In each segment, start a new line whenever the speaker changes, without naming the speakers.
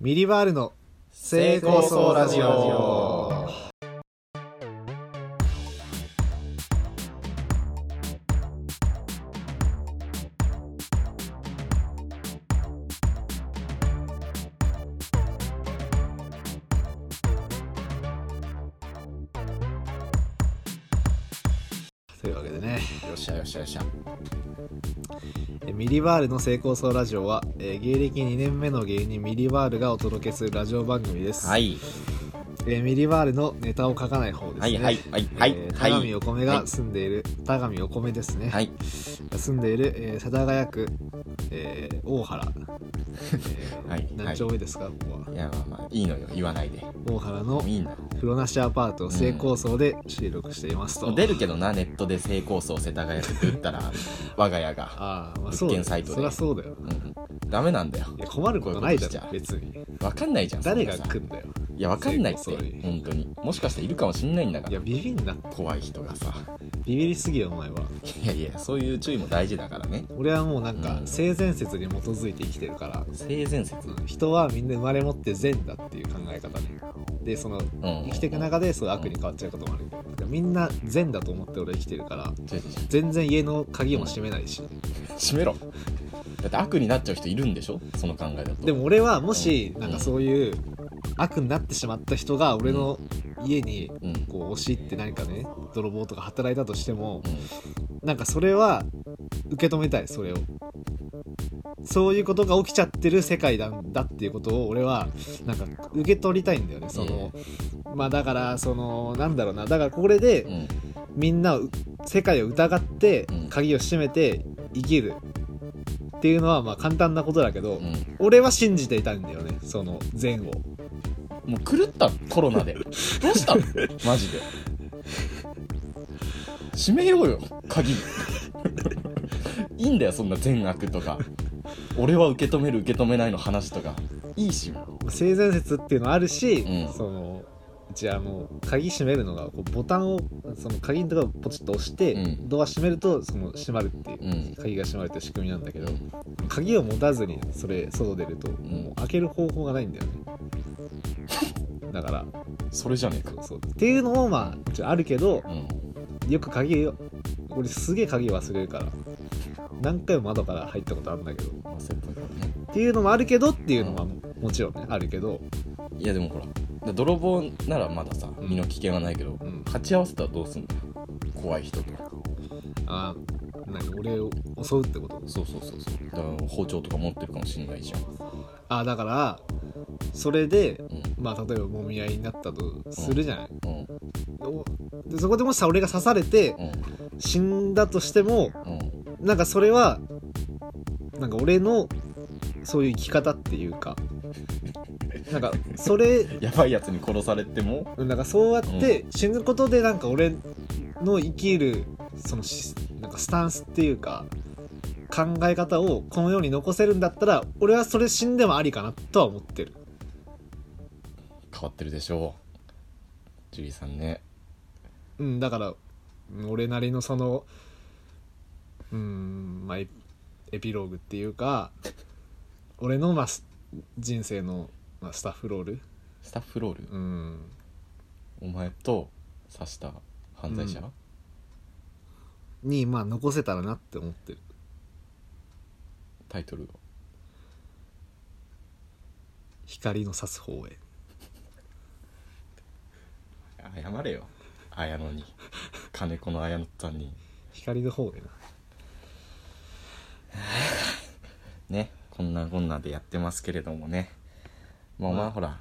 ミリバールの成功そうラジオというわけでね
よっしゃよっしゃよっしゃ。
えミリバールの成功そうラジオは、えー芸歴2年目の芸人ミリバールがお届けするラジオ番組です、
はい。
えーミリバールのネタを書かない方ですね
はいはいはいはい
えー
はい
田上お米が住んでいる、田上お米ですね、
はい。
住んでいる、えー、世田谷区、えー大 原、えー
はい
何丁目ですか、ここはい
や、まあまあ、いいのよ。言わないで。も
大原の
ういいんだ。
風呂なしアパート成功層で収録していますと、
もう出るけどな、ネットで成功層世田谷区って言 ったら、我が家が。
ああまあそうだ
物
よ
件サイトで
そりゃそうだよ
うん。ダメなんだよ
い。や困ることないだ
こういうこ
ろ
と
別に
わかんないじゃん。
誰
そ
が
んなさ
来んだよ
いや、わかんないって。
成功層に
本当に。もしかしているかもしんないんだか
いや
ら。
ビビんな
怖い人がさ。
ビビりすぎよお前はい
やいや、そういう注意も大事だからね。
俺はもうなんか
うん
性善説に基づいて生きてるから、
性善説。
うん人はみんな生まれ持って善だっていう考え方ねでその
うん
生きていく中でそう悪に変わっちゃうこともあるけどだからみんな善だと思って俺は生きてるから
ちょいちょいちょい
全然家の鍵も閉めないし
閉めろ。だって悪になっちゃう人いるんでしょその考えだと。
でも俺はもし
うん
なんかそういう悪になってしまった人が俺の家に
うん。
こう押し入って何かね泥棒とか働いたとしても
うん。
なんかそれは受け止めたいそれをそういうことが起きちゃってる世界なんだっていうことを俺はなんか受け取りたいんだよねそのまあだからそのなんだろうなだからこれで
うん。
みんなを世界を疑って
うん
鍵を閉めて生きるっていうのはまあ簡単なことだけど、
うん。
俺は信じていたんだよねその善を
もう狂ったコロナで。どうしたのマジで。閉めようよ、鍵。いいんだよ、そんな善悪とか。俺は受け止める、受け止めないの話とか。いいし、も
性善説っていうのあるし、
うん
そのうちあの鍵閉めるのがこうボタンをその鍵のところをポチッと押して、
うん
ドア閉めるとその閉まるっていう、
うん
鍵が閉まるっていう仕組みなんだけ
う。
ど鍵を持たずにそれ外出るともう開ける方法がないんだよね、だから
それじゃねえか
そ。うそうっていうのもまあちょあるけど、
うん。
よく鍵を俺すげえ鍵忘れるから何回も窓から入ったことあるんだけどっ
まあ、そういうことだね。
ていうのもあるけどっていうのはもちろんねあるけど
いや、でもほら、だ泥棒ならまださ、身の危険はないけど、
ん
鉢合わせたらどうすんだよ。怖い人と。
あ何俺を襲うってこと
そうそうそうそう。だから包丁とか持ってるかもしんないじゃん。
あだからそれで
う
まあ例えばもみ合いになったとするじゃない、
ん。うん。
おでそこでもしさ俺が刺されて
う
死んだとしても
ん。うん。
なんかそれはなんか俺のそういう生き方っていうかなんかそれ
やばいやつに殺されても、
なんかそうやって死ぬことでなんか俺の生きるそのしなんかスタンスっていうか考え方をこの世に残せるんだったら俺はそれ死んでもありかなとは思ってる
変わってるでしょうジュリーさんね
うんだからうん俺なりのそのうんまあエエピローグっていうか俺のまあす人生の、まあ、スタッフロール
スタッフロール
うん
お前と刺した犯罪者、
うにまあ残せたらなって思ってる
タイトルを
光の差す方へ
謝れよ綾野に金子の綾野さんに
光の方へな
ねこんなこんなでやってますけれどもねまあお前
まあ
ほら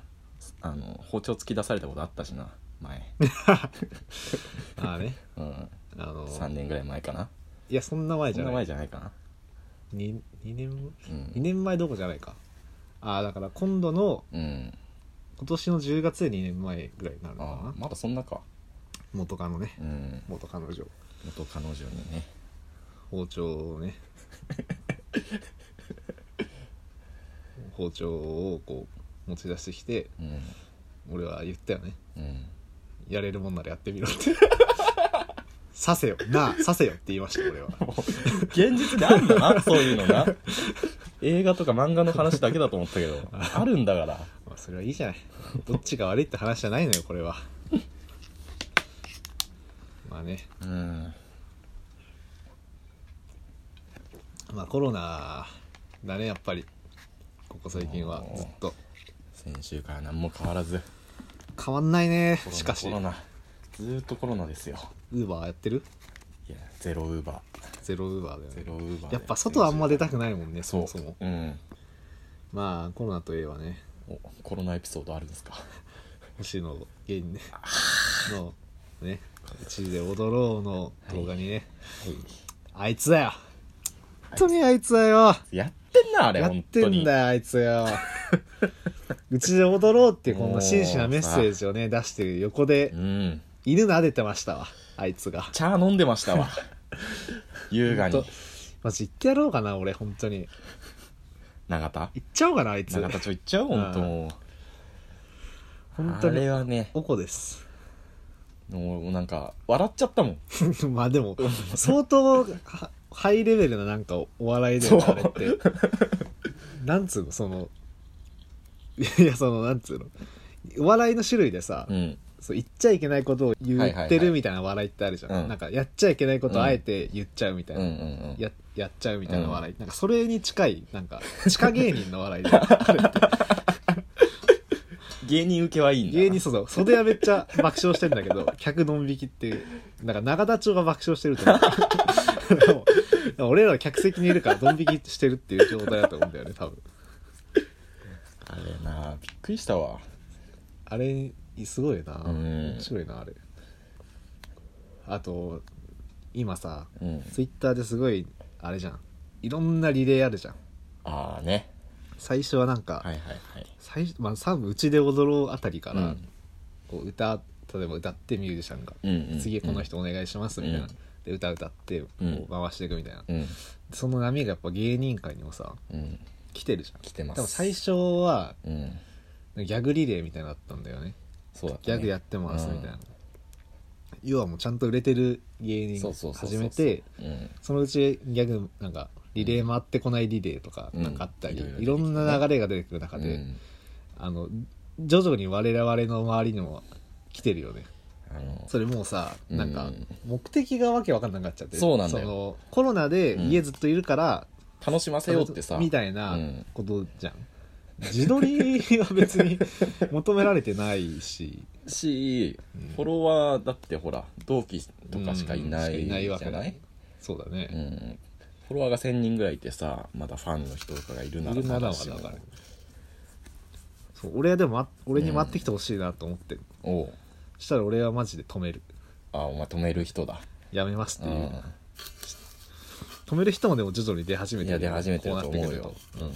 あの包丁突き出されたことあったしな前、
ああね
うん、
あの
3年ぐらい前かない
やそんな前
そ
じゃ
んな
ない
前じゃないかな、
2, 2年も
う
2
ん
年前どこじゃないかああだから今度の
うん、
今年の10月で2年前ぐらいになるのか
ああ
な
まだそんなか
元カノね
うん
元彼女
元彼女にね
包丁を ね包丁をこう持ち出してきて
う
俺は言ったよね
んうん
やれるもんならやってみろって 刺せよなあ刺せよって言いました俺は
現実であるんだな、そういうのな。映画とか漫画の話だけだと思ったけど、あるんだから。
まあそれはいいじゃないどっちが悪いって話じゃないのよこれはまあね
うん
まあコロナだねやっぱりここ最近は
おー
ずっと
先週から何も変わらず
変わんないね
コロナ
しかし
コロナずーっとコロナですよ
ウーバーやってる
いやゼロウーバ
ゼロウーバーだよ
ー
ね
ゼロウーバー
やっぱ外はあんま出たく
い
ないもんねそ
そう
もそも
うん
まあコロナといえばね
おコロナエピソードあるんですか
星野源ねのね「うちで踊ろう」の動画にね、あいつだよ本当にあいつだよ
やってんなあれ
や
本
っ
当
て
に
んだよあいつよ うちで踊ろうっていうこの真摯なメッセージ をね出してる横で
うん
犬撫でてましたわあいつが
茶飲んでまし たわ優雅
ほん
に
とマジ行ってやろうかな俺本当に
永田
行っちゃおうかなあいつ
永田ちょ行っちゃおう本当もう
本当
あれ
に
はね
おこです
もうなんか笑っちゃったもん
まあでも相当はハイレベルななんかお笑いだよね
そう
あれってなんつうのそのいやそのなんつうのお笑いの種類でさ、
うん
そう言っちゃいけないことを言
はいはい
っ
は
て
い
るみたいな笑いってあるじゃん、
うん
なんかやっちゃいけないことをあえて言っちゃうみたい
うんう
な、
んうん
ややっちゃうみたいな笑い、なんかそれに近いなんか地下芸人の笑いで あれって
芸人受けはいいんだ
芸人そうそう袖はめっちゃ爆笑してんだけ ど客のん引きっていうなんか永田町が爆笑してると思うでもでも俺らは客席にいるからドン引きしてるっていう状態だと思うんだよね多分
あれなびっくりしたわ
あれすごいな、
うん
面白いなあれあと今さ
うん
ツイッターですごいあれじゃんいろんなリレーあるじゃん
ああね
最初はなんか、
はいはいはい
最初まあ多分うちで踊ろうあたりから、
うん
こう歌例えば歌ってミュージシャンが、
うんうん
次この人お願いしますみたいな、
うん
で歌歌ってこ
うん
う回していくみたいな、
うん
その波がやっぱ芸人界にもさ
うん
来てるじゃん
来てます
多分最初は
うん
ギャグリレーみたいなのあったんだよね
そうだった
ギ
ね
ャグやってますみたいな、要はもうちゃんと売れてる芸
うんそ
人
うそうそう
始
そう
めて
うん
そのうちギャグなんかリレー回ってこないリレーとか
うん
なんかあったり、
うん
いろんな流れが出てくる中で、
うん
あの徐々に我々の周りにも来てるよね
あの
それもうさなんか
うん
目的がわけわかんなくなっちゃって
そうなんだよ
のコロナで家ずっといるから、
楽しませようってさ
みたいな
うん
ことじゃん、自撮りは別に 求められてないし
し、フォロワーだってほら同期とかしかいな
うんしか
い
い
じ
ないわけ
ゃ
だ
ない
そうだ
う
ね、
んフォロワーが1000人ぐらいいてさまだファンの人とかがいるない
るなら
ま
は
し
だ
も
からそう俺はでもあ俺に回ってきてほしいなと思ってる、
おう
したら俺はマジで止める
あお前止める人だ
やめますっ
う
ていう、
ん
止める人もでも徐々に出始め
い
て
や
る
出始めてると
こ
思
なって
う
くる
よ
と、
うん、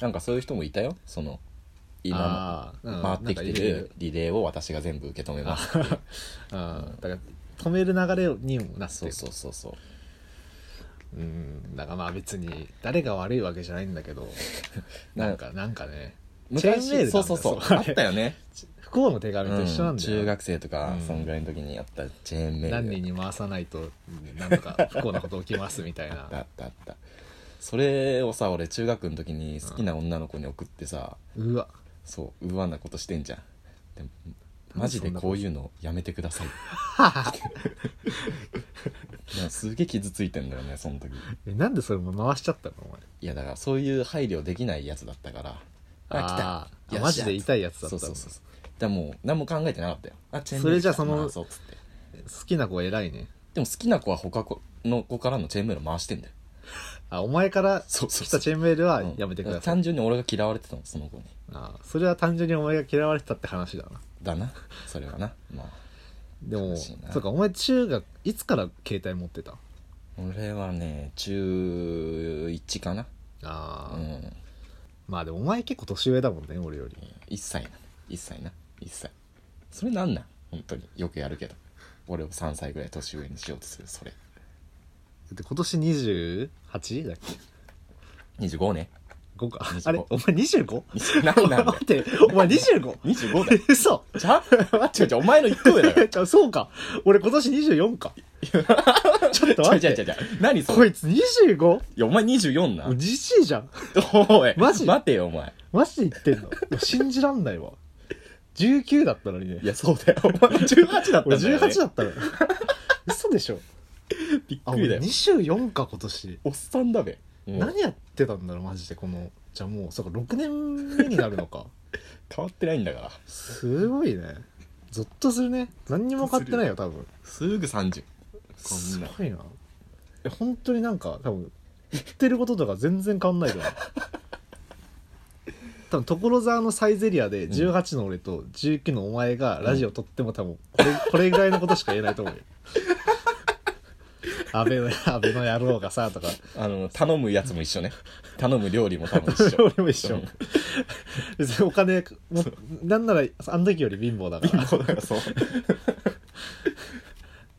なんかそういう人もいたよその今
あーうん
回ってきてるリレーを私が全部受け止めますっていう
ああだから止める流れにもなって
そう
る
そうそうそう
うんだからまあ別に誰が悪いわけじゃないんだけ どなんかなんかねチェーンメールなんだよ
昔そうそうそう
そう
あったよね、
不幸の手紙と一緒なんだよ、
中学生とか、
うん
そんぐらいの時にやったチェーンメール
何人に回さないとなんとか不幸なこと起きますみたい
あ
な
ったあったあったそれをさ俺中学の時に好きな女の子に送ってさ、
うわ
そううわなことしてんじゃんでもマジでこういうのやめてください いやすげえ傷ついてんだよねその時
えなんでそれも回しちゃったのお前
いやだからそういう配慮できないやつだったから
あー
来た
あマジで痛いやつだったん
そう
だ
そうそうだからもう何も考えてなかったよあチェーン
それじゃあ
メール
その
回そうっつって
好きな子偉いね
でも好きな子は他の子からのチェーンメール回してんだよ
あお前から
そうそう
来
そ
た
う
チェーンメールは
うん
やめてください、
単純に俺が嫌われてたのその子に
あーそれは単純にお前が嫌われてたって話だな
だなそれは なまあ
でも
悲しいな
そうかお前中学いつから携帯持ってた
俺はね中1かな
ああ、
うん
まあでもお前結構年上だもんね俺より
1歳な1歳な1歳それなんなん本当によくやるけど俺を3歳ぐらい年上にしようとするそれ
で今年 28? だっけ
25ね
25か
25
あれお前 25?
何なんだよ
待ってお前 25?
25だよ
嘘
じゃあ待って待ってお前の1個上だ よ
じゃあそうか俺今年24かちょっと待っ
違う違う
て
違う違う何そ
こ
れい
いつ 25?
やお前24な
じじいじゃん
おい
マジ
待てよお前
マジで言 ってんのいや信じらんないわ19だったのにね
いやそうだよお前18だったん
俺
だよ、ね、
18だったの 嘘でしょ
びっ
あ
くりだ
俺
よ
24か今年
おっさんだべもう
何やってたんだろうマジでこのじゃあもうそうか6年目になるの か
変わってないんだから
すごいねゾッとするね何にも変わってないよ多分
すぐ30こ
す
んな
ごいなえ本当になんか多分言ってることとか全然変わんない から多分所沢のサイゼリアで18の俺と19のお前がラジオ撮っても多分これこれぐらいのことしか言えないと思うよ 安倍の安倍の野郎がさとか
あの頼むやつも一緒ね頼む料理も多分一 緒
俺も一緒
うん
別にお金もなんならあの時より貧乏だか
貧
ら
乏だからそう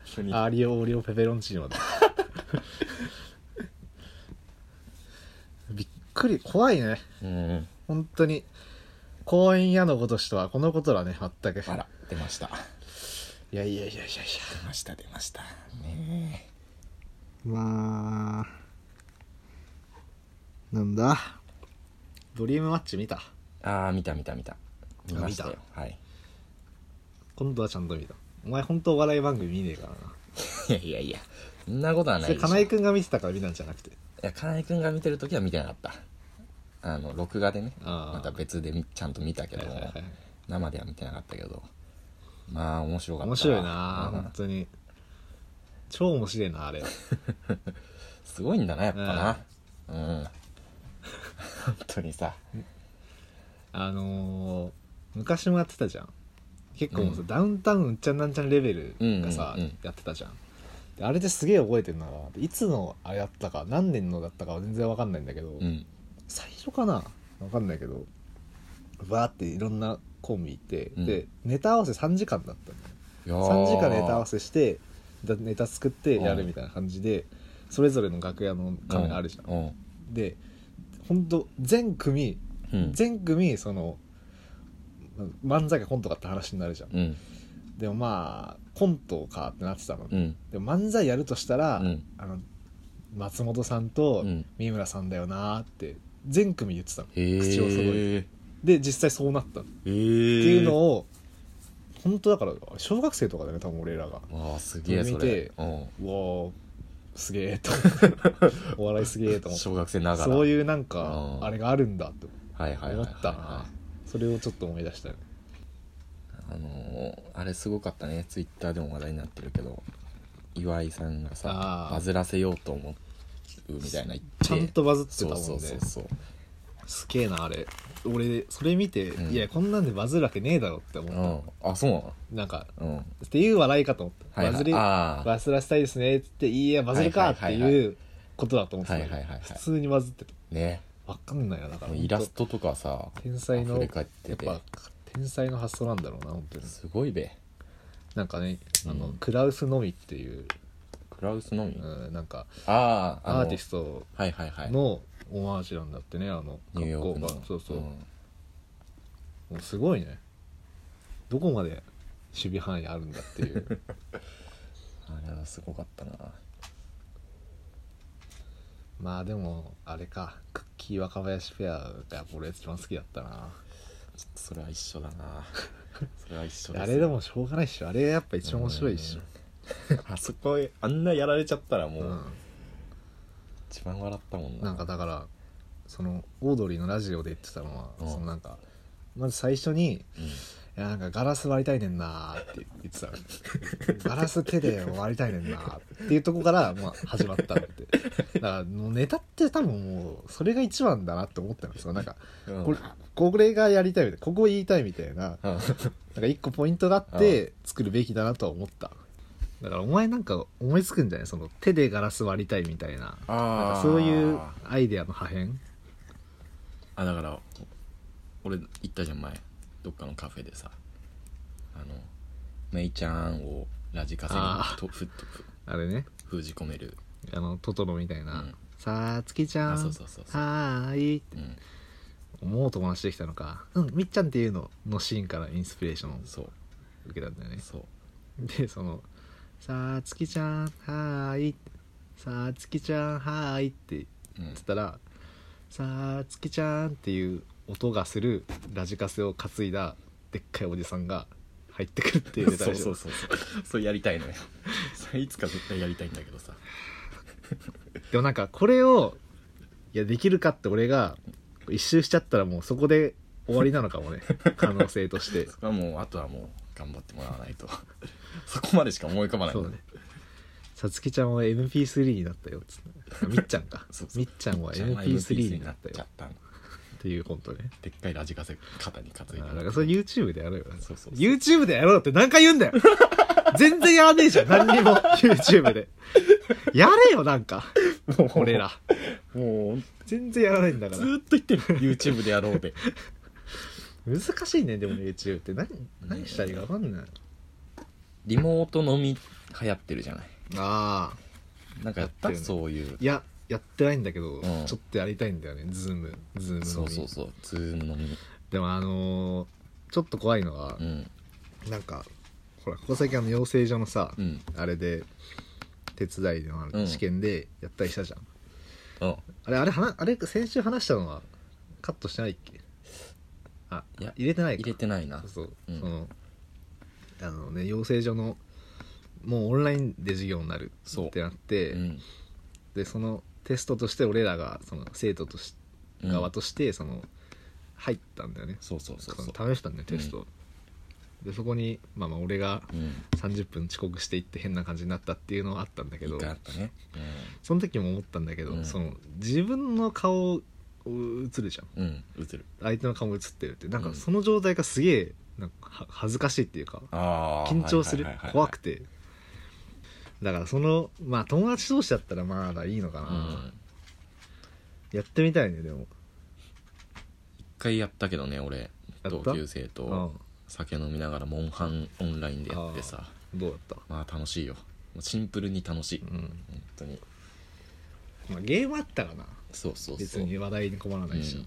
急に
アーリオオーリオペペロンチーノだ びっくり怖いね
うん
本当に公園屋のごとしとはこのことだね全くい
あら出ました
やいやいやいやい
出ました出ましたね
やまあなんだドリームマッチ見た
ああ見た見た見た見ましたよ
見
はい
今度はちゃんと見たお前本当お笑い番組見ねえからない
やいやいやそんなことはな
それ
いでしょ
金井くんが見てたから見たんじゃなくて
いや金井君が見てる時は見てなかったあの録画でね
あー
また別でみちゃんと見たけども、
はいはいはい
生では見てなかったけどまあ面白かった
面白いな、
うん
本当に超面白いなあれ
すごいんだなやっぱなうん、 本当にさ
あのー昔もやってたじゃん結構もうさ、ダウンタウンうっちゃんなんちゃんレベルがさ、
うんうんうん
やってたじゃんであれですげえ覚えてるのがいつのあれだったか何年のだったかは全然わかんないんだけど、
うん
最初かなわかんないけどバーっていろんなコンビいて、
うん
でネタ合わせ3時間だったの
いやー
3時間ネタ合わせしてだネタ作ってやるみたいな感じで、それぞれの楽屋のカメラあるじゃん、
うん
で本当全組
うん
全組その漫才かコントかって話になるじゃん
うん
でもまあコントかってなってたの、
うん
でも漫才やるとしたら、
うん
あの松本さんと
うん
三村さんだよなーって全組言ってたの
へえ
口を揃え
て
で実際そうなったのっ
え
ていうの
を
を本当だから小学生とかだよね多分俺らが
ああすげえそ
見て
れ、うん、
うわーすげ えとお笑いすげえと思って
小学生ながら
そう
う
いうなんか
うん
あれがあるんだと
はいはいはい
思
はい、
ったな、
は
それをちょっと思い出したね
い、あのー、あれすごかったねツイッターでも話題になってるけど岩井さんがさ
あー
バズらせようと思うみたいな言って
ちゃんとバズってた
そ
もん
う
ね
そうそうそう
すげえなあれ俺それ見て、
うん
いやこんなんでバズるわけねえだろって思
う
っ
んあそうなの
た、なんか
うん
っていう笑いかと思った、
はい
バ
は
ズり
いああ
バズらせたいですねって言っていいやバズるかって
はいはいはい
いうことだと思ってた、
はいはいはいはい
普通にバズってた
ね
わかんないよだから
イラストとかさ
天才の
溢れ返ってて
やっぱ天才の発想なんだろうな本当に
すごいべ
なんかねあの、
うん
クラウスのみっていう、
クラウスのみ、
うん、なんか
ああ
アーティ
ト
スト
はいはいはい
のオマージュなんだってねあの
ニューヨークの
版そうそう、
ん
もうすごいねどこまで守備範囲あるんだっていう
あれはすごかったな
まあでもあれかクッキー若林ペアが俺一番好きだったな
ちょっとそれは一 緒だなそれは一緒
あれでもしょうがないっしょあれやっぱ一番面白いっしょ
うんあそこへあんなやられちゃったらも
う、
うん一番笑ったもんな
なんかだからそのオードリーのラジオで言ってたのは、
うん
そのなんかまず最初に
うん
「いやなんかガラス割りたいねんな」って言ってたのガラス手で割りたいねんな」っていうとこから、まあ、始まったってだからもうネタって多分もうそれが一番だなって思ったんですよなんか
うん
これこれがやりたいみたいなここ言いたいみたいな
うん
なんか一個ポイントがあって作るべきだなとは思っただからお前なんか思いつくんじゃないその手でガラス割りたいみたいななん
あ
か
あ
そういうアイデアの破片
あだから俺行ったじゃん前どっかのカフェでさあのメイちゃんをラジカセに
あー
とふっとふ
あれね
封じ込める
あのトトロみたいな、
うん
さあ月ちゃん
あそうそうそうそう、
はーいって
うん、
思う友達できたのかうんみっちゃんっていうののシーンからインスピレーションを
そう
受けたんだよね
そう
でその「さあ月ちゃんはーい」さあ月ちゃんはーい」って
うん
つったら「さあ月ちゃん」っていう音がするラジカセを担いだでっかいおじさんが入ってくるっていうネタ
そ
で
う
しょ
そうそうそう それやりたいのよそれいつか絶対やりたいんだけどさ
でもなんかこれをいやできるかって俺が一周しちゃったらもうそこで終わりなのかもね可能性として
そこはもうあとはもう頑張ってもらわないと そこまでしか思い浮かばない
そうだねさつきちゃんは MP3 になったよっつってあみっちゃんか
そうそう
みっちゃんは
じゃあ
MP3 に
に
な
な
っ
ったちゃ
よ
ったの
っていうコントね
でっかいラジカセ肩に担いで
あなんかそれ YouTube でやろうよな
そうそうそう
YouTube でやろうって何回言うんだよ全然やらねえじゃん何にも YouTube でやれよなんか
もう
俺ら
もう
全然やらないんだか
ず
ら
ーっと言ってる YouTube でやろうで
難しいねでも YouTube って何何したらいいか分かんない
リモート飲み流行ってるじゃない
ああ
なんかや
やっ
っ
て
た
るね
そういう
いややってないんだけど、
ん
ちょっとやりたいんだよねズームズームのみ
そうそうそうズーム飲み
でもあのーちょっと怖いのは
う、ん
なんかほらここ最近あの養成所のさ、
うん
あれで手伝いのあ
う
の
ん
試験でやったりしたじゃん、
うん
あれあれはなあれ先週話したのはカットしてないっけあ
いや
入れてないか
入れてないな
そうそう、
うん
そのあのね養成所のもうオンラインで授業になる
そう
ってなって、
うん
でそのテストとして俺らがその生徒とし
うん
側としてその入ったんだよね、
そうそうそうそう
その試したんだよテスト、でそこに、まあ、まあ俺が
うん
30分遅刻していって変な感じになったっていうのはあったんだけ
一
ど
回あったね
その時も思ったんだけど、
うん
その自分の顔映るじゃん
うんうん映る
相手の顔も映ってるってなん
う
か
ん
その状態がすげえなんかは恥ずかしいっていうか
ああ
緊張する怖く
て
てだからそのまあ友達同士だったらまだいいのか
う
な、
ん
やってみたいねでも
一回やったけどね俺
た
同級生
う
と
ん
酒飲みながらモンハンオンラインでやってさ
どうだった、
まあ楽しいよもうシンプルに楽しい
うん
本当に
まあ、ゲームあったらな
そうそうそ
別
う
に話題に困らないし、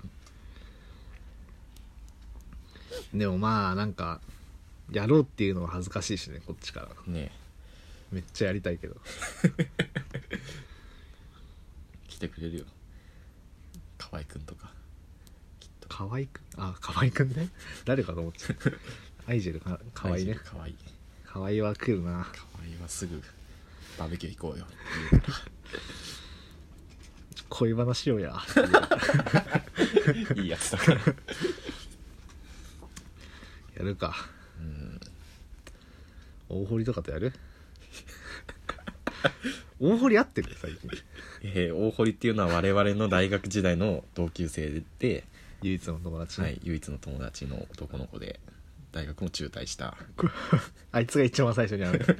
でもまあなんかやろうっていうのは恥ずかしいしねこっちから
ね
めっちゃやりたいけど
え来てくれるよ河合くんとか
河合くんあ河合くんね誰かと思っちゃうアイジェルか河合ね
河合
河
河
合は来るな
合はすぐバーベキュー行こうよ
恋話しようや
いいやつだから
やるか大堀とかとやる大堀合ってる最近
えー大堀っていうのは我々の大学時代の同級生で、
唯一の友達、
はい、唯一の友達の男の子で大学も中退した
あいつが一番最初に会う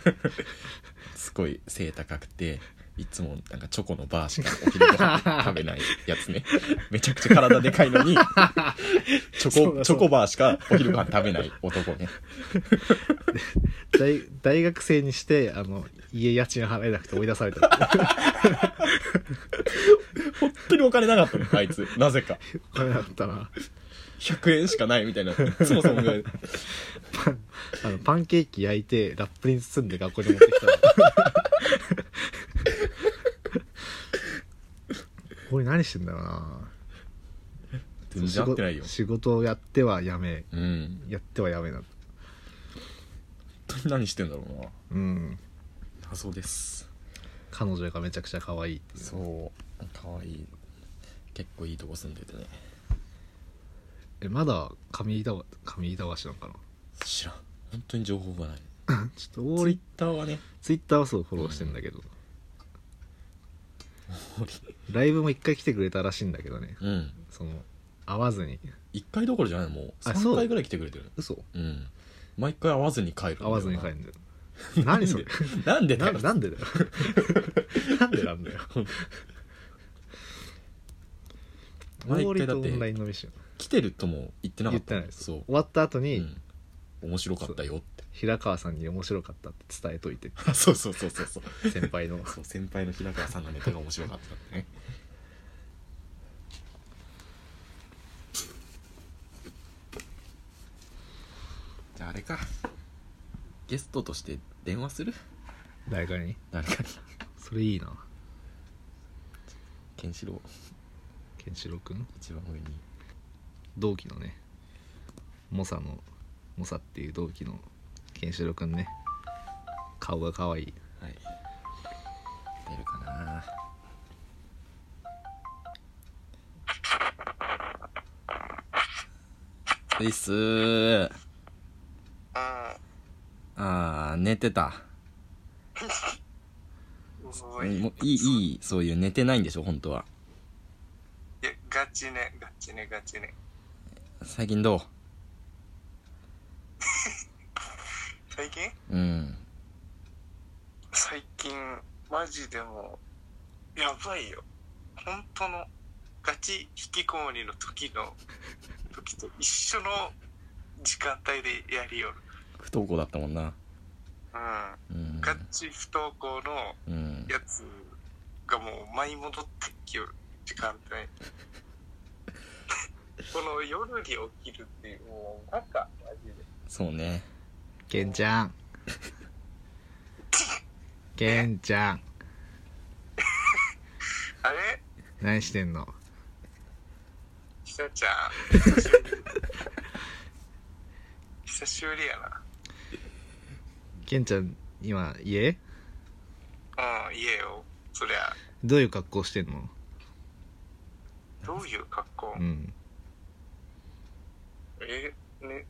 すごい背高くていつもなんかチョコのバーしかお昼ご飯食べないやつ ねめちゃくちゃ体でかいの にチ
そうだそうだ
ョコチョコバーしかお昼ご飯食べない男 ね
大大学生にしてあの家家賃払えなくて追い出された
本当にお金なかったのあいつなぜか
これだったな
100円しかないみたいないつもそのぐらい
あのパンケーキ焼いてラップに包んで学校に持って きたのこれ何してんだろうな
全然合ってないよ
仕事をやってはやめ
うん
やってはやめな
本当に何してんだろうな
うん
謎です
彼女がめちゃくちゃ可愛いっていう
そうかわいい結構いいとこ住んでてね
えまだ上板橋上板橋なの か
知らん本当に情報がない
なちょっと
ツイ
俺
ッターはね
ツイッターはそうフォローしてんだけど、
大堀
ライブも一回来てくれたらしいんだけどね
うん
その会わずに
1回どころじゃないもう
あそう
3回ぐらい来てくれてる
嘘
うん毎回会わずに帰るん
会
だよな
わずに帰るんだよ何それ
なんでだ
な
よ
なんでだよなんでなんだ よ大
毎回だっ
森とオンライ
て
ン飲みしよう
来てるとも言ってなか
言
っ
ったてないです
そう
終わった後
う
に
ん面白かったよって
平川さんに面白かったって伝えといて
そうそうそうそうそう
先輩の
そう先輩の平川さんのネタが面白かったってねあれかゲストとして電話する
誰かに
誰かに
それいいな
ケンシロウ
ケンシロウ君
一番上に
同期のねモサのモサっていう同期のケンシロウ君ね顔が可愛い
はい出るかなういっすーあー寝てた
おい。い
もういいいいそういう寝てないんでしょ本当は
や、ガチね、ガチね、ガチね。
最近ど
最近
ううん
最近、マジでもう、やばいよ。本当の、ガチ引きこもりの時の、時と一緒の時間帯でやりよる。
不登校だったもんな
うん。
うん
ガチ不登校の
うん
やつがもう舞い戻ってきよる時間帯。この夜に起きるっていう、もう、なんか、マジで。
そうね
ケンちゃんケンちゃん
あれ
何してんの
ひさちゃん久しぶり久しぶりや
ケンちゃん今家
なうん言えよそりゃ
どういう格好してんの
どういう格好、
うん
えね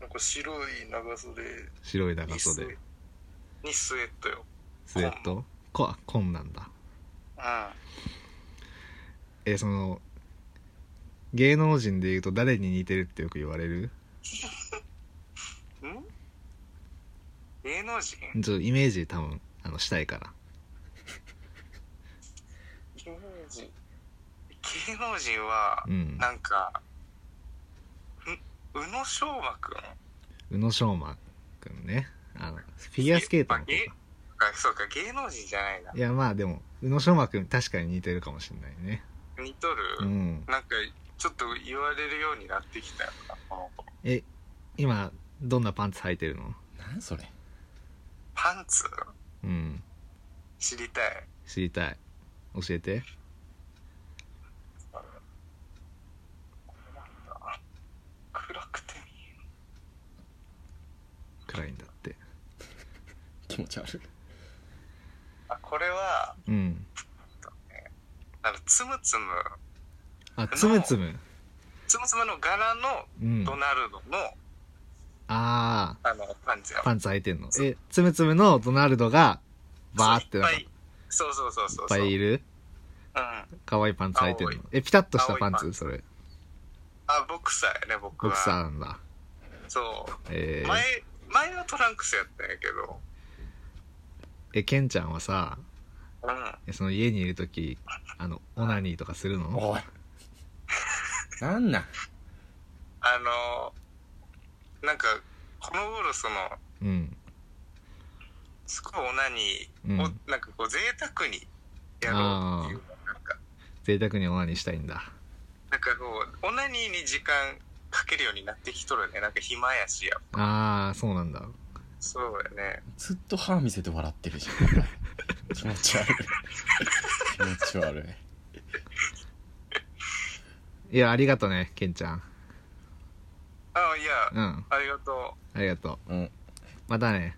なんか白い長袖
白い
に
長
スウェ
袖
ッにスウェットよ
スウェットここんなんだ
うん
えその芸能人で言うと誰に似てるってよく言われる
ん芸能
ち
人
ょっとイメージ多分あのしたいから
芸能人芸能人は
うん
なんか、ん宇野昌磨くん
宇野昌磨くんねあのフィギュアスケートの子か
えあそうか芸能人じゃないない
やまあでも宇野昌磨くん確かに似てるかもしれないね
似とる、
うん
なんかちょっと言われるようになってきたよなこの子
え今どんなパンツ履いてるの
何それ
パンツ
うん
知りたい
知りたい教えて
暗くて
暗いんだって
気持ち悪い
あこれは
うん
あのつむつむ
あつむつむ
つむつむの柄の
うん
ドナルドの、
あ
あのパンツや
あパンツ履いてんのえつむつむのドナルドがバーって
いっ
なん
ぱ
かいっ
いそうそうそうそう
ぱいい
る、
る
うん、
可愛いパンツ履いてんの
青い
えピタッとしたパン
青
ツ
いパンツ
それ
あボクサーやね僕は
僕さなんだ
そう
えー
前前はトランクスやったんやけど
えケンちゃんはさ
うん
えその家にいる時あのオナニーとかするの
おいなんなん
あのなんかこの頃その
うん
すごいオナニーを、
うん
なんかこう贅沢にやろうっていうなんか
贅沢にオナニーしたいんだ
なんかこうオナニーに時間かけるようになってきとるねなんか暇やしや
ああそうなんだ
そうやね
ずっと歯見せて笑ってるじゃん気持ち悪い気持ち悪い
いやありがとねケンちゃん
あいや
うん
ありがと
ありがとう
うん
またね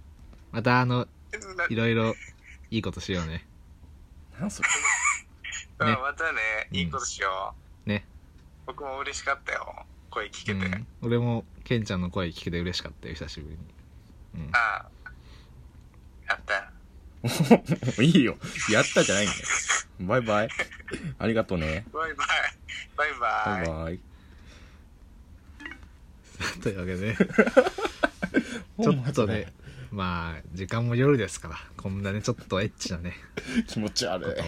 またあの
うない
ろいろいいことしようね
何それ
うん
ね
またね
うん
いいことしよう
ね
僕も嬉しかったよ声聞けて、
うん俺もケンちゃんの声聞けて嬉しかったよ久しぶりにうん
あやった
もういいよやったじゃないんだよバイバイありがとうね
バイバイバイバイ
バイバイ
というわけでち
ち
ょっとねまあ時間も夜ですからこんなねちょっとエッチなね
気持ち悪
こと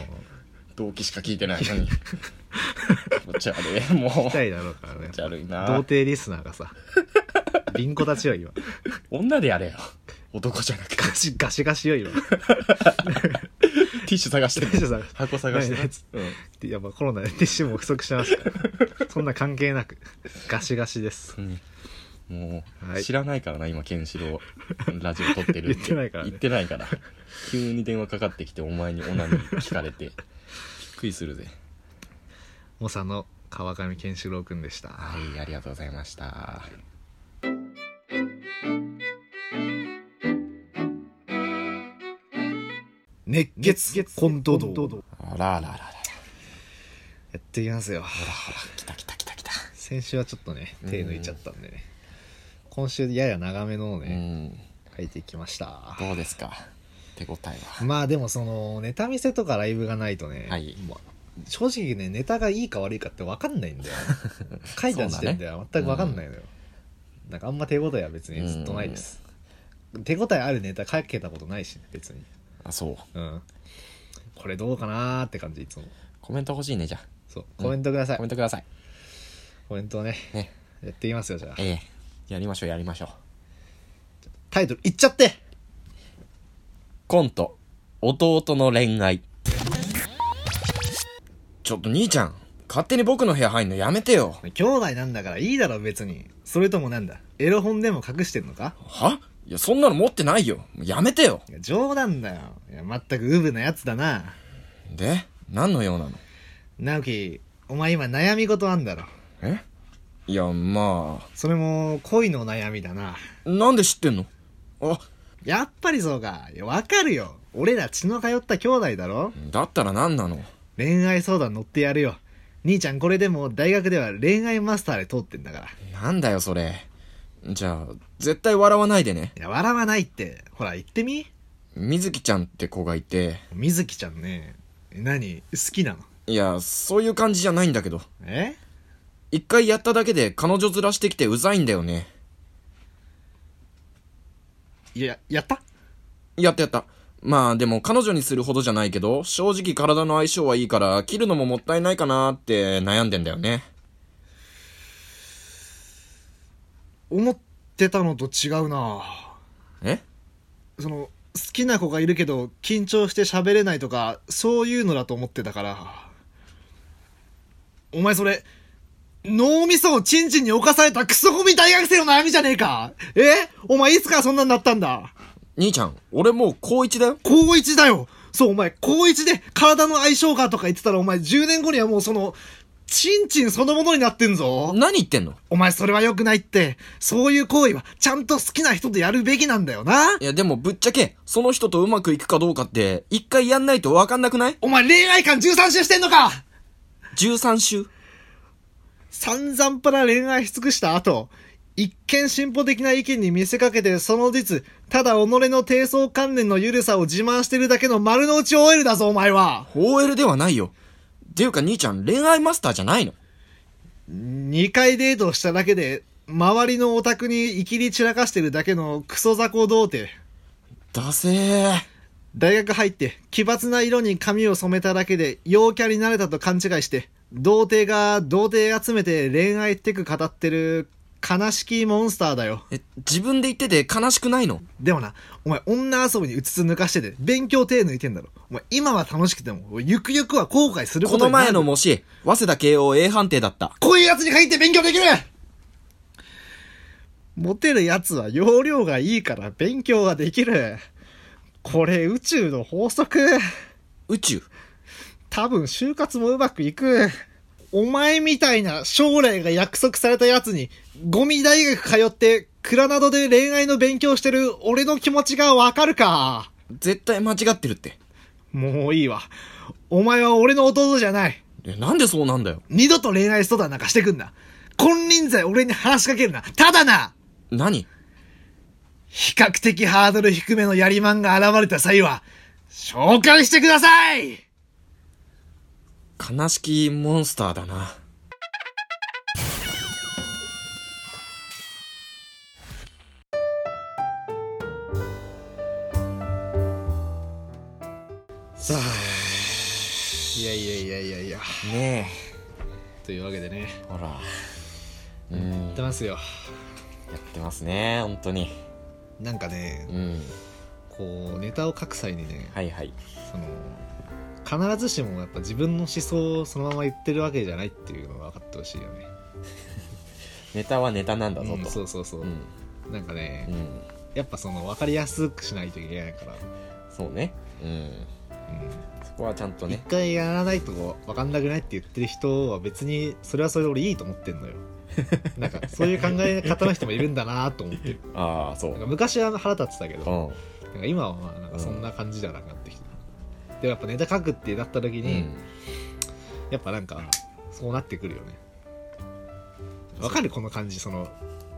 を
い動機しか聞いてないの に気持ち悪いもう
聞きたいだろうから
気
ね
持ち悪
童
いな
貞リスナーがさリンコたちよ今
女でやれよ男じゃなくて
ガシガシガシよ今
ティッシュ探して
ティッシュ探して
箱探して、
ないないつ
うん
やっぱコロナでティッシュも不足してますからそんな関係なくガシガシです
うんも
は
う
い
知らないからな、今ケンシロウラジオ撮ってるって
言ってないからね
言ってないから急に電話かかってきてお前にオナニー聞かれてびっくりするぜ
猛者の川上健志郎くんでした
はいありがとうございました
熱血混沌道
あらあらあらあら
やっていきますよ
ほらほら来た来た来た来た
先週はちょっとね手抜いちゃったんでね今週やや長めのを
う
ね
ん
書いていきました
どうですか手応えは
まあでもそのネタ見せとかライブがないとね、
はい
まあ正直ねネタがいいか悪いかって分かんないん だよ書いた時点では全く分かんないのよ、なんかあんま手応えは別にずっとないです、手応えあるネタ書けたことないし、ね、別に
あそう
うんこれどうかなーって感じいつも
コメント欲しいねじゃ
そう
うん
コメントください、
あコメントください
コメントをね
ね
やっていきますよじゃあ
ええやりましょうやりましょう
タイトルいっちゃって
コント弟の恋愛ちょっと兄ちゃん勝手に僕の部屋入んのやめてよ
兄弟なんだからいいだろ別にそれともなんだエロ本でも隠してんのか
はいやそんなの持ってないよやめてよ
いや冗談だよいや全くウブなやつだな
で何の用なの
直樹お前今悩み事あんだろ
えいやま
それも恋の悩みだな
あなんで知ってんのあ
やっぱりそうかいやわかるよ俺ら血の通った兄弟だろ
だったら何なの
恋愛相談乗ってやるよ兄ちゃんこれでも大学では恋愛マスターで通ってんだから
なんだよそれじゃあ絶対笑わないでね
いや笑わないってほら言ってみ
水木ちゃんって子がいて
水木ちゃんねえ何好きなの
いやそういう感じじゃないんだけど
え
一回やっただけで彼女ずらしてきてうざいんだよね
いややった
やったやった。まあでも彼女にするほどじゃないけど、正直体の相性はいいから、切るのももったいないかなって悩んでんだよね。
思ってたのと違うな
え
その好きな子がいるけど緊張して喋れないとかそういうのだと思ってたからお前それ脳みそをチンチンに侵されたクソゴミ大学生の悩みじゃねえかえお前いつからそんなになったんだ
兄ちゃん、俺もう高一だよ。
高一だよそうお前高一で体の相性がとか言ってたらお前10年後にはもうそのチンチンそのものになってんぞ
何言ってんの
お前それは良くないってそういう行為はちゃんと好きな人とやるべきなんだよない
やでもぶっちゃけ、その人とうまくいくかどうかって、一回やんないとわかんなくない
お前恋愛観13周してんのか
?13 週。
散々パラ恋愛し尽くした後、一見進歩的な意見に見せかけて、その実、ただ己の低層観念の緩さを自慢してるだけの丸の内 OL だぞ、お前は
OL ではないよ。っていうか兄ちゃん、恋愛マスターじゃないの
二回デートしただけで、周りのオタクにいきり散らかしてるだけのクソ雑魚童貞。
だせー。
大学入って、奇抜な色に髪を染めただけで、陽キャになれたと勘違いして、童貞が童貞集めて恋愛テク語ってる、悲しきモンスターだよ。
え、自分で言ってて悲しくないの
でもな、お前女遊びにうつつ抜かしてて、勉強手抜いてんだろ。お前今は楽しくても、ゆくゆくは後悔するこ
ことの
になる
前の模試、早稲田慶応 A 判定だった。
こういう奴に限って勉強できるモテる奴は容量がいいから勉強ができる。これ宇宙の法則。
宇宙。
多分就活もうまくいく。お前みたいな将来が約束された奴に、ゴミ大学通って、蔵などで恋愛の勉強してる俺の気持ちがわかるか。
絶対間違ってるって。
もういいわ。お前は俺の弟じゃない。
え、なんでそうなんだよ。
二度と恋愛相談なんかしてくんな。金輪際俺に話しかけるな。ただな
何
比較的ハードル低めのやりまんが現れた際は、紹介してください
悲しきモンスターだな。
さあ。いやいやいやいやいや。
ね
というわけでね、
え。ほら。うん。
やっ
や
てますよ。
ってますね、本当に。
なんかね、
うん。
こう、ネタを書く際にね、
はいはい。
その、必ずしもやっぱ自分の思想をそのまま言ってるわけじゃないっていうのが分かってほしいよね。
ネタはネタなんだぞ
うんそ
と
うそうそう、
うん
なんかね、
うん
やっぱその分かりやすくしないといけないから、
そうねうん
う
そこはちゃんと
ん、一
ね
回やらないと分かんなくないって言ってる人は別にそれはそれで俺いいと思ってん のよなんかそういう考え方の人もいるんだなと思って る
ああそう
なんか昔は腹立ってたけど
うん
なんか今はまあなんかそんな感じじゃなくなってきて、でもやっぱネタ書くってなった時
う
に、
ん
やっぱなんかそうなってくるよねわかるこの感じその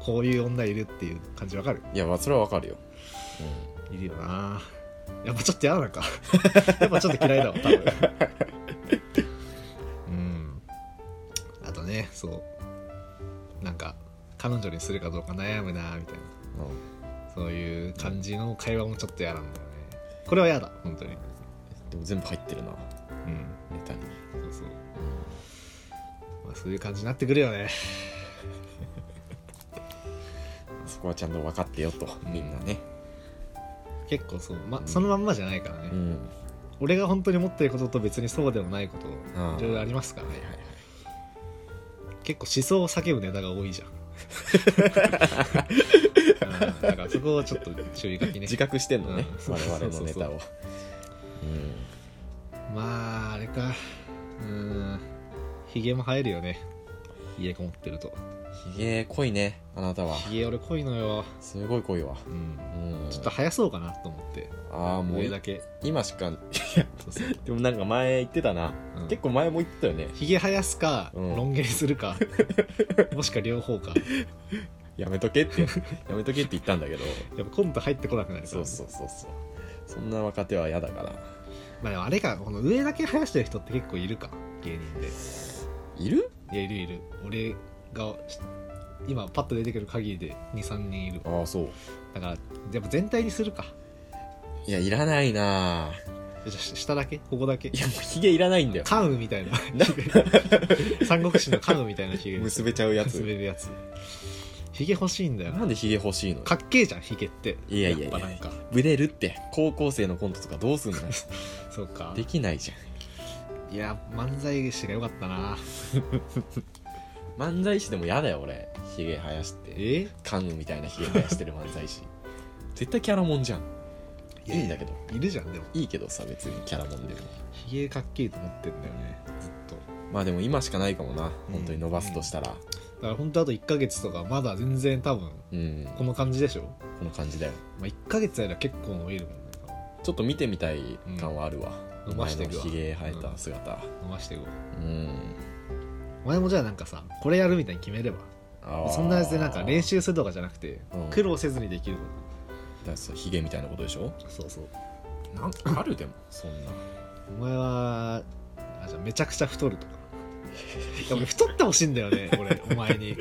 こういう女いるっていう感じわかる
いやまあそれはわかるよ
いるよなやっぱちょっと嫌なのか やっぱちょっと嫌いだわ多 分うんあとねそうなんか彼女にするかどうか悩むなみたい
うんうん
なそういう感じの会話もちょっと嫌なんだよねこれは嫌だ本当に
でも全部入ってるな
うん
ネタに
そうそう、まあ、そういう感じになってくるよね
そこはちゃんと分かってよとみんなね
結構そう、ま、そのまんまじゃないからね、
うん
俺が本当に思ってることと別にそうでもないこと
あー
いろいろありますから
はい
ね
はいはい
結構思想を叫ぶネタが多いじゃんうんだからそこをちょっと注意書きね
自覚してんのね
うん
我々のネタを
そうそう
うん
まああれかうんヒゲも生えるよね家こもってると
ひげ濃いねあなたは
ヒゲ俺濃いのよ、
すごい濃いわ
うん、
うん
ちょっと生やそうかなと思って
ああも
上
う
だけ
今しか
そうそう
でもなんか前言ってたな、
うん
結構前も言ってたよね
ヒゲ生やすか、
うん
ロン毛にするか もしくは両方か
やめとけってやめとけって言ったんだけど
やっぱコント入ってこなくなるから
そうそうそうそうそんな若手は嫌だから
まあでもあれかこの上だけ生やしてる人って結構いるか芸人で
いる
いやいるいる俺がし今パッと出てくる限りで23人いる
ああそう
だからやっぱ全体にするか
いやいらないなあ
じゃあし下だけここだけ
いやもうひげいらないんだよ
カウみたいな
な
三国志のカウみたいなヒゲ
結べちゃうやつ
結べるやつヒゲ欲しいんだよ
な
なん
でひげ欲しいの
かっけえじゃんヒゲって
いやいやい
っぱ
や
なんか
ブレるって高校生のコントとかどうすん の
そうか
できないじ
いや漫才師がよかったな
ゃん漫才師でも嫌だよ俺ひげ生やして
え
カンヌみたいなひげ生やしてる漫才師絶対キャラもんじゃんいいんだけど
いるじゃんでも
いいけどさ別にキャラもんでも
ヒゲかっけえと思ってんだよねずっと
まあでも今しかないかもな
うん
本当に伸ばすとしたら
だから本当あと1ヶ月とかまだ全然多分
うん、
この感じでしょ、
この感じだよ
まあ、1ヶ月やれば結構伸びるもんね
ちょっと見てみたい感はあるわ、
うん
お
伸ば
前
して
の
いくわ
ひげ生えた姿
伸ばしていこう
うん、
お前もじゃあなんかさこれやるみたいに決めれば
あー
そんなやつでなんか練習するとかじゃなくて、
うん
苦労せずにできるこ
だからそうひげみたいなことでしょ
とそうそう
なんかあるでもそんな
お前はあじゃあめちゃくちゃ太 るとかいや俺太ってほしいんだよね俺お前に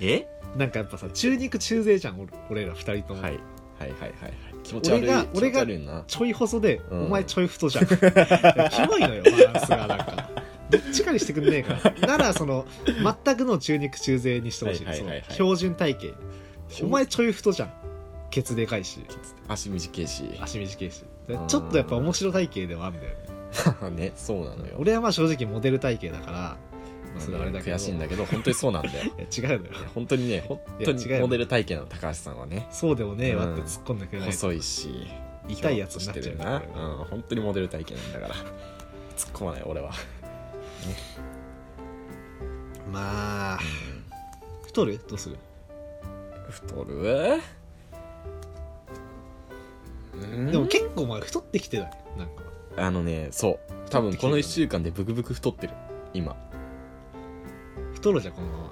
え
なんかやっぱさ中肉中背じゃん俺俺ら2人とも、
はい、はいはいはいはい気持ち悪い
俺が
気持ち悪いな
ちょい細で、
うん
お前ちょい太じゃんい やキモいのよバランスがなんかどっちかにしてくんねえかならその全くの中肉中背にしてほしい,、
はいはいはいはい
その標準体型お前ちょい太じゃんケツでかいし
足短いし
足短いし
うん
ちょっとやっぱ面白体型ではあるんだよね
ねそうなのよ
俺はまあ正直モデル体型だから、まあ、それはあれだけど
悔しいんだけど本当にそうなんだよい
いや違うのよ
や 本当にね本当
い
に
や違うよ
モデル体型の高橋さんはね
そうでもねえわって突っ込んでくれないと、
細いし
痛いやつになっちゃう
ひょ
よね
っとしてるな
これは
うん本当にモデル体型なんだから突っ込まない俺は
まあ太るどうする
太る
でも結構お前太ってきてないなんか
あのねそう多分この1週間でブクブク太ってる今
太るじゃんこのまま、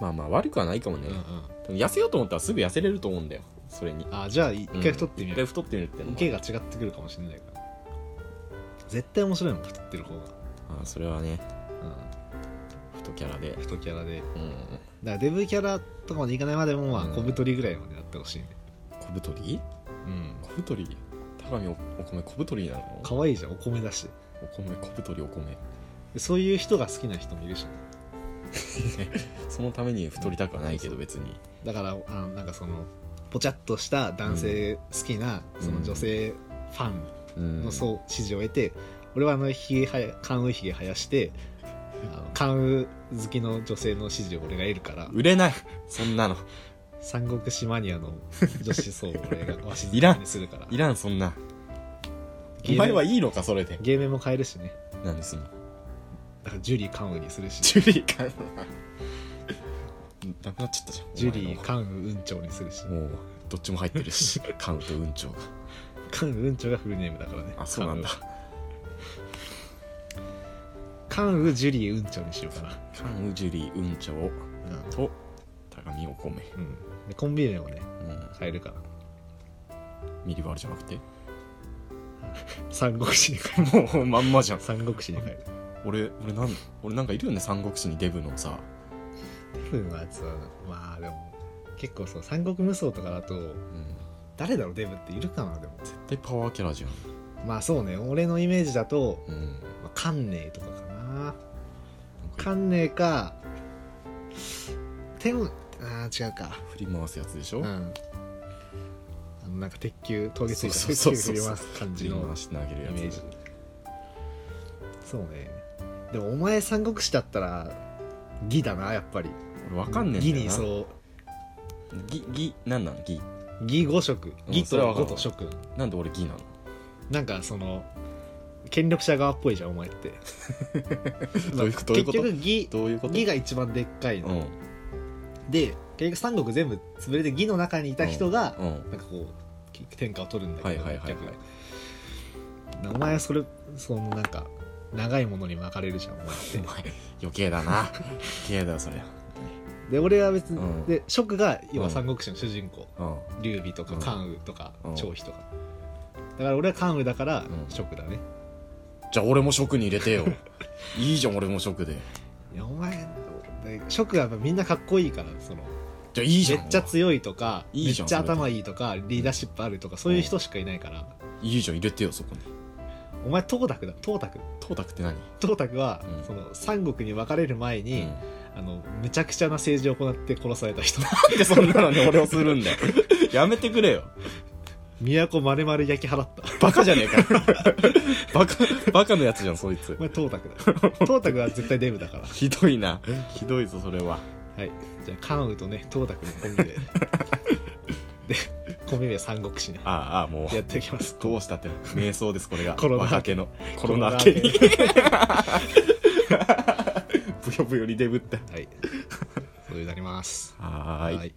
まあまあ悪くはないかもね、
うんうん
多分痩せようと思ったらすぐ痩せれると思うんだよそれに
あじゃあ一
うん
回太ってみ
一
よ
回
う、
太ってみるってのも
受けが違ってくるかもしれないから絶対面白いもん太ってる方が、
ああそれはね
う
太キャラで
ん、太キャラでだか
うん
らデブキャラとかまでいかないまでもまあ
うん
小太りぐらいまでやってほしいね
小太り
うん
小太り高見おお米小太りなの
可愛いじゃんお米だし
お米小太りお米
でそういう人が好きな人もいるし、ね、
そのために太りたくはないけど別に
だからあのなんかそのぽちゃっとした男性好きな、
うん
その女性ファン
うん
のそう支持を得て、俺はあのひげはや、カンウヒゲ生やしてあのカンフ好きの女性の支持を俺が得るから
売れないそんなの
三国志マニアの女子層を俺がわしづ
いら
か
ん
みにするから
いらんそんなお
ゲーム
前はいいのかそれで
芸名も変えるしね
何すんの
だからジュリー・カンウにするし
ジュリーかなくなっちゃったじゃん
ジュリ
お前
ー・
の
カンウ運長にするし
もうどっちも入ってる しカウント運長が
カンウ運長がフルネームだからね
あそうなんだ
カンウジュリー運長にしようかな
カンウジュリー運長
う
と高見お米、
ん、うん、でコンビ名もね
うん、
変えるから
ミリバールじゃなくて
三国志に変える
もうまんまじゃん
三国志に変える
俺俺なん俺なんかいるよね三国志にデブのさ
テフのやつはまあでも結構そう三国無双とかだと
うん
誰だろうデブっているかなでも
絶対パワーキャラじゃん
まあそうね俺のイメージだと、
うんなん
まあ、カンネイとかかな
か
カンネイかテムあー違うか
振り回すやつでしょ、
うんあのなんか鉄球峠ついた
そうそうそう
鉄
そ
球振
う
り回す感
振
じ
り
の
回して投げるや
イ
つ
メージそうねでもお前三国志だったら義だなやっぱり
俺わかんねえ
義に
んだよな
そ
ギギなんなんギ
う義五色
うん
義
それは
と
わか
五
る
と食
なんで俺ギなの
なんかその権力者側っぽいじゃんお前って
どういうどういう
結
こと
局義
どういうこと
義が一番でっかいの、
うん
で結局三国全部潰れて義の中にいた人が、
うん
なんかこうき天下を取るんだけど、
はいはいはいはい
逆にお前はそれそのなんか長いものに巻かれるじゃんお前っ
お前余計だな余計だよそりゃ
てで俺は別に、
うん
で蜀が要
う
は
ん
三国志の主人公
うん
劉備とか
うん
関羽とか
うん
張飛とかだから俺は関羽だから
ん
蜀だね、
じゃあ俺も職に入れて よいいじゃん俺も職で
いやお前で蜀はやっぱみんなかっこいいからその
じゃあいいじ
め
ゃん
っちゃ強いとか
いいじゃん
めっちゃ
それ
頭いいとかリーダーシップあるとかそういう人しかいないから、
いいじゃん入れてよそこに
お前東卓だ東卓
トータクって何、
東卓は、
うん
その三国に分かれる前に、
うん
あのめちゃくちゃな政治を行って殺された人
なんでそんなのに俺をするんだよ やめてくれよ
都丸々焼き払った
バカじゃねえか バカバカのやつじゃんそいつ
お前東卓 だ東卓は絶対デブだから
ひどいなひどいぞそれは
はいじゃあ関羽とね東卓のコンビででコンビ名三国志ね
ああああもう
やっていきます
どうしたって瞑想ですこれが
コロナ明け
若気のコロナ明けに ブヨブヨにデブった
はいそういうなります
はーい
はい